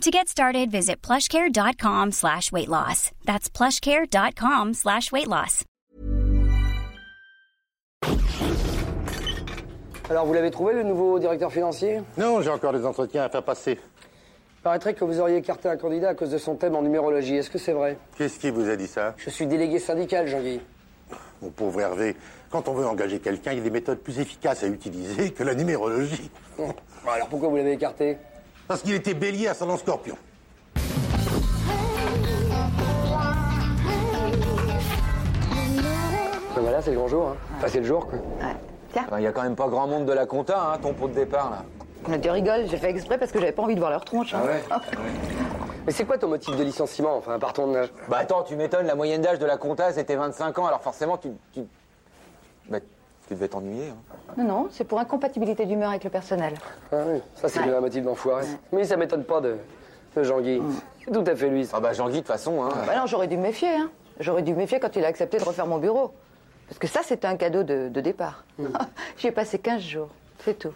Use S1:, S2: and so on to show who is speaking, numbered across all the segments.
S1: To get started, visit plushcare.com slash weight loss. That's plushcare.com slash weight loss.
S2: Alors, vous l'avez trouvé, le nouveau directeur financier
S3: Non, j'ai encore des entretiens à faire passer.
S2: Paraîtrait que vous auriez écarté un candidat à cause de son thème en numérologie. Est-ce que c'est vrai
S3: Qu'est-ce qui vous a dit ça
S2: Je suis délégué syndical, Jean-Guy.
S3: Mon pauvre Hervé, quand on veut engager quelqu'un, il y a des méthodes plus efficaces à utiliser que la numérologie.
S2: Bon, Alors, pourquoi vous l'avez écarté
S3: Parce qu'il était bélier à en scorpion.
S2: Ben voilà, c'est le grand jour. Hein. Enfin, c'est le jour, quoi.
S4: Ouais. Tiens,
S5: Il n'y a quand même pas grand monde de la compta, hein, ton pot de départ là.
S4: tu rigoles, j'ai fait exprès parce que j'avais pas envie de voir leur tronche. hein.
S2: Mais c'est quoi ton motif de licenciement Enfin, partons de...
S5: Bah attends, tu m'étonnes, la moyenne d'âge de la compta c'était 25 ans, alors forcément tu. tu... Bah, tu devais t'ennuyer. hein.
S4: Non, non, c'est pour incompatibilité d'humeur avec le personnel.
S2: Ah oui, ça, c'est bien un motif d'enfoiré. Mais ça m'étonne pas de, de Jean-Guy. C'est Tout à fait lui, ça.
S5: Ah bah Jean-Guy de toute façon, hein.
S4: Bah non, j'aurais dû me méfier. Hein. J'aurais dû me méfier quand il a accepté de refaire mon bureau. Parce que ça, c'était un cadeau de, de départ. J'y ai passé 15 jours, c'est tout.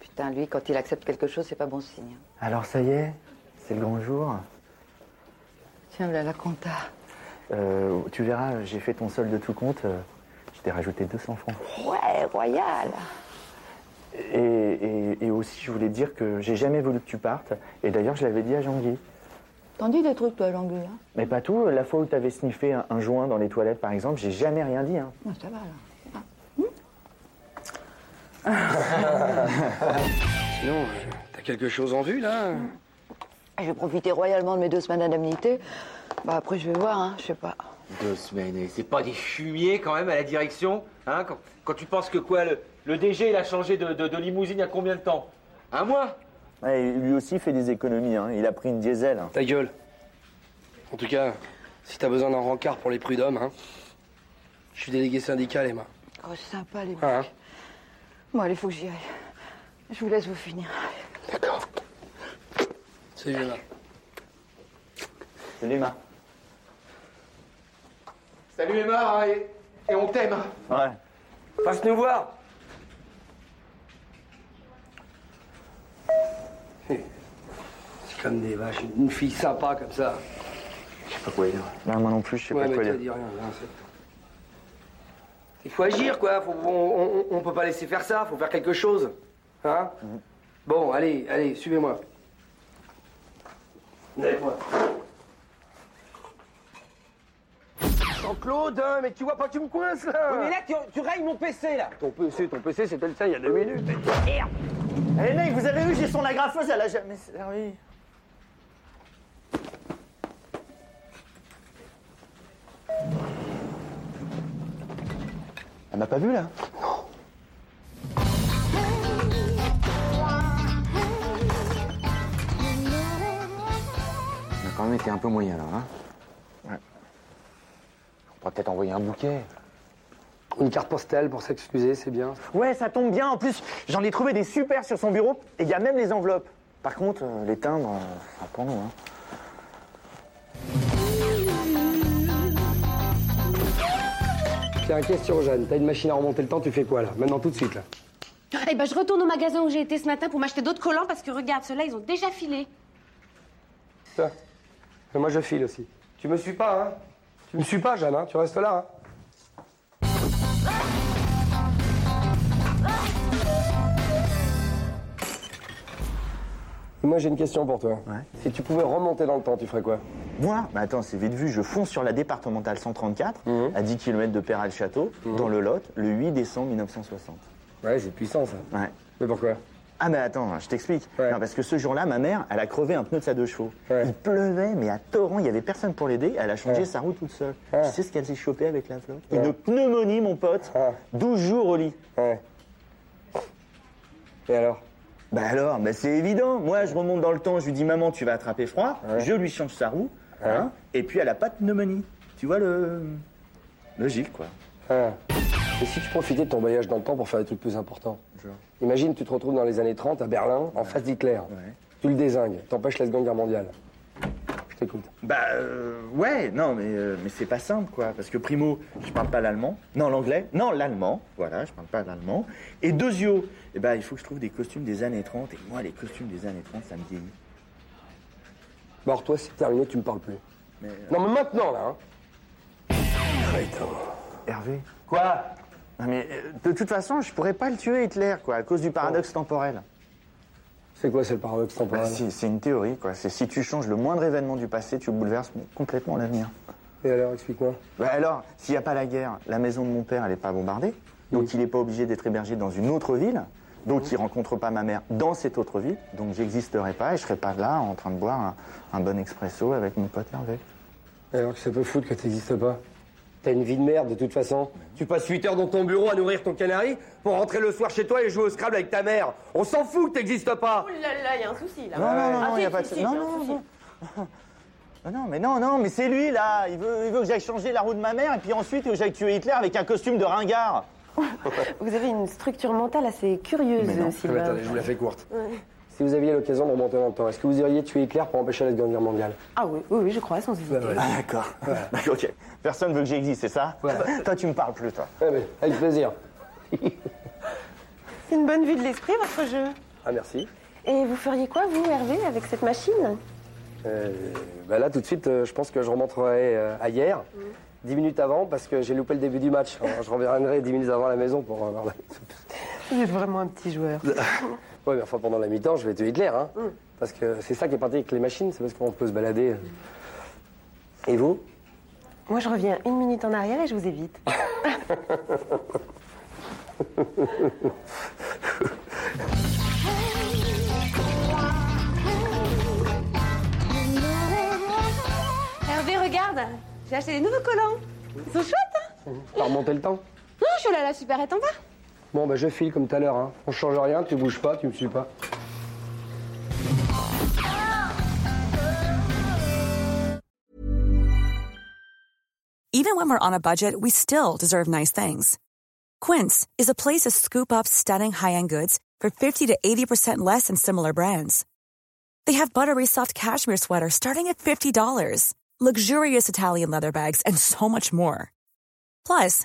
S4: Putain, lui, quand il accepte quelque chose, c'est pas bon signe.
S6: Alors ça y est, c'est le grand jour.
S4: Tiens, voilà la compta.
S6: Euh, tu verras, j'ai fait ton solde de tout compte. euh, Je t'ai rajouté 200 francs.
S4: Ouais, royal.
S6: Et, et- et aussi, je voulais te dire que j'ai jamais voulu que tu partes. Et d'ailleurs, je l'avais dit à Jean-Guy.
S4: T'en dis des trucs, toi, Langue, hein
S6: Mais pas tout. La fois où t'avais sniffé un, un joint dans les toilettes, par exemple, j'ai jamais rien dit. hein.
S4: Non, Ah, ça va, là. Ah.
S2: Hmm. Sinon, euh, t'as quelque chose en vue, là
S4: Hmm. Je vais profiter royalement de mes deux semaines d'indemnité. Bah après je vais voir, hein, je sais pas.
S5: Deux semaines, et c'est pas des fumiers quand même à la direction hein, quand, quand tu penses que quoi, le, le DG il a changé de, de- de limousine il y a combien de temps Un mois
S6: Ouais, et lui aussi fait des économies. hein. Il a pris une diesel. hein.
S2: Ta gueule. En tout cas, si t'as besoin d'un rencard pour les prud'hommes, hein, je suis délégué syndical, Emma.
S4: Oh c'est sympa les mecs.
S2: Hein
S4: Bon allez, faut que j'y aille. Je vous laisse vous finir.
S2: D'accord. C'est Emma.
S6: Salut, Ma.
S5: Salut Emma, et, on t'aime hein.
S6: Ouais.
S2: Passe nous voir Hé, C'est comme des vaches, une fille sympa comme ça.
S6: Non, moi non plus, je sais
S2: Ouais,
S6: pas
S2: mais
S6: quoi
S2: toi,
S6: dire.
S2: dis rien. hein, c'est- Il faut agir, quoi. Faut- on, on- on peut pas laisser faire ça. Faut faire quelque chose. Hein Bon, allez, allez, suivez-moi. Venez avec moi. Jean-Claude, hein, mais tu vois pas que tu me coinces là
S5: Mais là tu, tu rayes mon PC là
S2: Ton PC, ton PC, c'était le tien il y a deux minutes.
S6: Eh mec, vous avez vu, j'ai son agrafeuse, elle a jamais servi. Elle m'a pas vu là
S5: On a quand même été un peu moyen là, hein
S6: Ouais.
S5: On pourrait peut-être envoyer un bouquet.
S2: Une carte postale pour s'excuser, c'est bien.
S6: Ouais, ça tombe bien, en plus j'en ai trouvé des super sur son bureau et il y a même les enveloppes. Par contre, euh, les timbres, euh, ça pour nous. Hein.
S2: Tiens, question Jeanne, t'as une machine à remonter le temps, tu fais quoi là Maintenant tout de suite là.
S7: Eh ben, je retourne au magasin où j'ai été ce matin pour m'acheter d'autres collants parce que regarde, ceux-là, ils ont déjà filé.
S2: Toi. Et moi je file aussi. Tu me suis pas, hein Tu me suis pas, Jeanne, hein Tu restes là, hein Moi j'ai une question pour toi.
S6: Ouais.
S2: Si tu pouvais remonter dans le temps, tu ferais quoi
S6: Moi Bah attends, c'est vite vu, je fonce sur la départementale 134,
S2: Mhm.
S6: à 10 km de Péral-Château, dans le Lot, le 8 décembre 1960.
S2: Ouais, c'est puissant ça.
S6: Ouais.
S2: Mais pourquoi
S6: Ah mais attends, je t'explique.
S2: Ouais.
S6: Non, parce que ce jour-là, ma mère, elle a crevé un pneu de sa deux chevaux.
S2: Ouais.
S6: Il pleuvait, mais à torrent, il n'y avait personne pour l'aider. Elle a changé
S2: Ouais.
S6: sa roue toute seule.
S2: Ouais.
S6: Tu sais ce qu'elle s'est chopée avec la flotte Une pneumonie, mon pote.
S2: Ouais.
S6: 12 jours au lit.
S2: Ouais. Et alors
S6: Bah alors, bah c'est évident. Moi, je remonte dans le temps, je lui dis maman, tu vas attraper froid. Je lui change sa roue. hein, et puis, elle a pas de pneumonie. Tu vois le... Logique, quoi.
S2: Hein. Et si tu profitais de ton voyage dans le temps pour faire des trucs plus importants
S6: Genre.
S2: Imagine, tu te retrouves dans les années 30 à Berlin, en face d'Hitler. Tu le désingues, t'empêches la Seconde Guerre mondiale. Je t'écoute.
S6: Bah euh, ouais, non, mais, euh, mais c'est pas simple, quoi. Parce que primo, je parle pas l'allemand. Non, l'anglais. Non, l'allemand. Voilà, je parle pas l'allemand. Et deuxio, eh ben, il faut que je trouve des costumes des années 30. Et moi, les costumes des années 30, ça me vieillit.
S2: Bon, alors toi, c'est terminé, tu me parles plus.
S6: Mais, euh,
S2: Non, mais maintenant, là. Hein. Putain.
S6: Hervé
S2: Quoi
S6: Non, mais euh, de toute façon, je pourrais pas le tuer, Hitler, quoi, à cause du paradoxe temporel.
S2: C'est quoi, c'est le paradoxe temporel
S6: Bah, si, c'est une théorie, quoi. C'est si tu changes le moindre événement du passé, tu bouleverses complètement l'avenir.
S2: Et alors, explique-moi.
S6: Bah alors, s'il n'y a pas la guerre, la maison de mon père, elle n'est pas bombardée. Donc il n'est pas obligé d'être hébergé dans une autre ville. Donc il rencontre pas ma mère dans cette autre ville. Donc j'existerai pas et je serai pas là en train de boire un, un bon expresso avec mon pote Hervé.
S2: Et alors que ça peut foutre que t'existes pas T'as une vie de merde, de toute façon. Tu passes 8 heures dans ton bureau à nourrir ton canari pour rentrer le soir chez toi et jouer au Scrabble avec ta mère. On s'en fout que t'existes pas
S8: Oh là là, il y a un souci là.
S6: Non, non, non,
S8: Ah, si,
S6: non, il n'y a
S8: si,
S6: pas de...
S8: si,
S6: non,
S8: il y a un
S6: non,
S8: souci.
S6: non. Ah Non, mais non, non, mais c'est lui là il veut, il veut que j'aille changer la roue de ma mère et puis ensuite que j'aille tuer Hitler avec un costume de ringard
S8: Vous avez une structure mentale assez curieuse,
S6: Mais non,
S8: Sylvain.
S2: je vous la fais courte. Si vous aviez l'occasion de remonter dans le temps, est-ce que vous auriez tué Hitler pour empêcher la Seconde Guerre mondiale
S8: Ah oui, oui, oui, je crois, sans hésiter.
S6: Ah d'accord, d'accord, ok. Personne veut que j'existe, c'est ça Toi tu me parles plus, toi.
S2: Ouais, Eh, mais avec plaisir.
S8: C'est une bonne vue de l'esprit, votre jeu.
S2: Ah, merci.
S8: Et vous feriez quoi, vous, Hervé, avec cette machine
S2: Euh, bah là, tout de suite, euh, je pense que je remonterai euh, à hier, 10 minutes avant, parce que j'ai loupé le début du match. Alors, je reviendrai 10 minutes avant à la maison pour avoir la...
S8: Vous êtes vraiment un petit joueur. Mm.
S2: Ouais, mais enfin, pendant la mi-temps, je vais tuer Hitler, hein. Parce que c'est ça qui est pratique avec les machines, c'est parce qu'on peut se balader. euh. Et vous
S8: Moi, je reviens une minute en arrière et je vous évite.
S7: Hervé, regarde, j'ai acheté des nouveaux collants. Ils sont chouettes, hein
S2: T'as remonté le temps
S7: Non, je suis là, la superette en bas.
S2: Bon, bah, je file comme tout à l'heure, hein. On change rien, tu bouges pas, tu me suis pas.
S9: Even when we're on a budget, we still deserve nice things. Quince is a place to scoop up stunning high-end goods for 50 to 80% less than similar brands. They have buttery soft cashmere sweaters starting at $50, luxurious Italian leather bags, and so much more. Plus,